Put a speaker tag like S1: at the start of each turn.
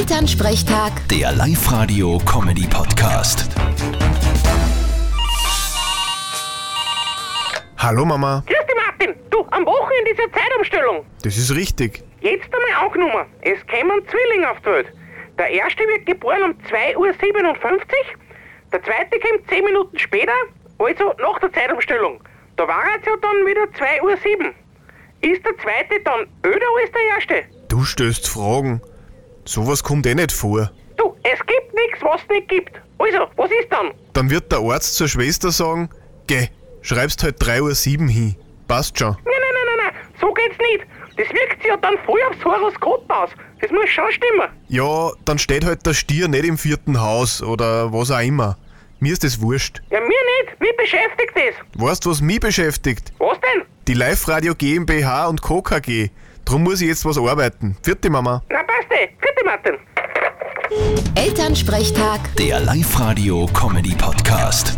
S1: Elternsprechtag,
S2: Der Live-Radio-Comedy-Podcast.
S3: Hallo Mama,
S4: Grüß dich, Martin. Du, am Wochenende ist ja Zeitumstellung.
S3: das ist richtig.
S4: Jetzt einmal angenommen, es kämen Zwillinge auf die Welt. Der erste wird geboren um 2.57 Uhr, der zweite kommt 10 Minuten später, also nach der Zeitumstellung. Da war es ja dann wieder 2.07 Uhr. Ist der zweite dann öder als der erste?
S3: Du stößt Fragen. Sowas kommt eh nicht vor.
S4: Du, es gibt nichts, was es nicht gibt. Also, was ist dann?
S3: Dann wird der Arzt zur Schwester sagen, geh, schreibst halt 3.07 Uhr hin. Passt schon.
S4: Nein, nein, nein, nein, nein, so geht's nicht. Das wirkt sich ja dann voll aufs Horoskop aus. Das muss schon stimmen.
S3: Ja, dann steht halt der Stier nicht im vierten Haus oder was auch immer. Mir ist das wurscht.
S4: Ja, mir nicht. Mich beschäftigt das.
S3: Weißt was mich beschäftigt?
S4: Was denn?
S3: Die Live-Radio GmbH und Co. KG. Drum muss ich jetzt was arbeiten. Vierte Mama.
S4: Na passt eh. Vierte Martin.
S1: Elternsprechtag.
S2: Der Live-Radio-Comedy-Podcast.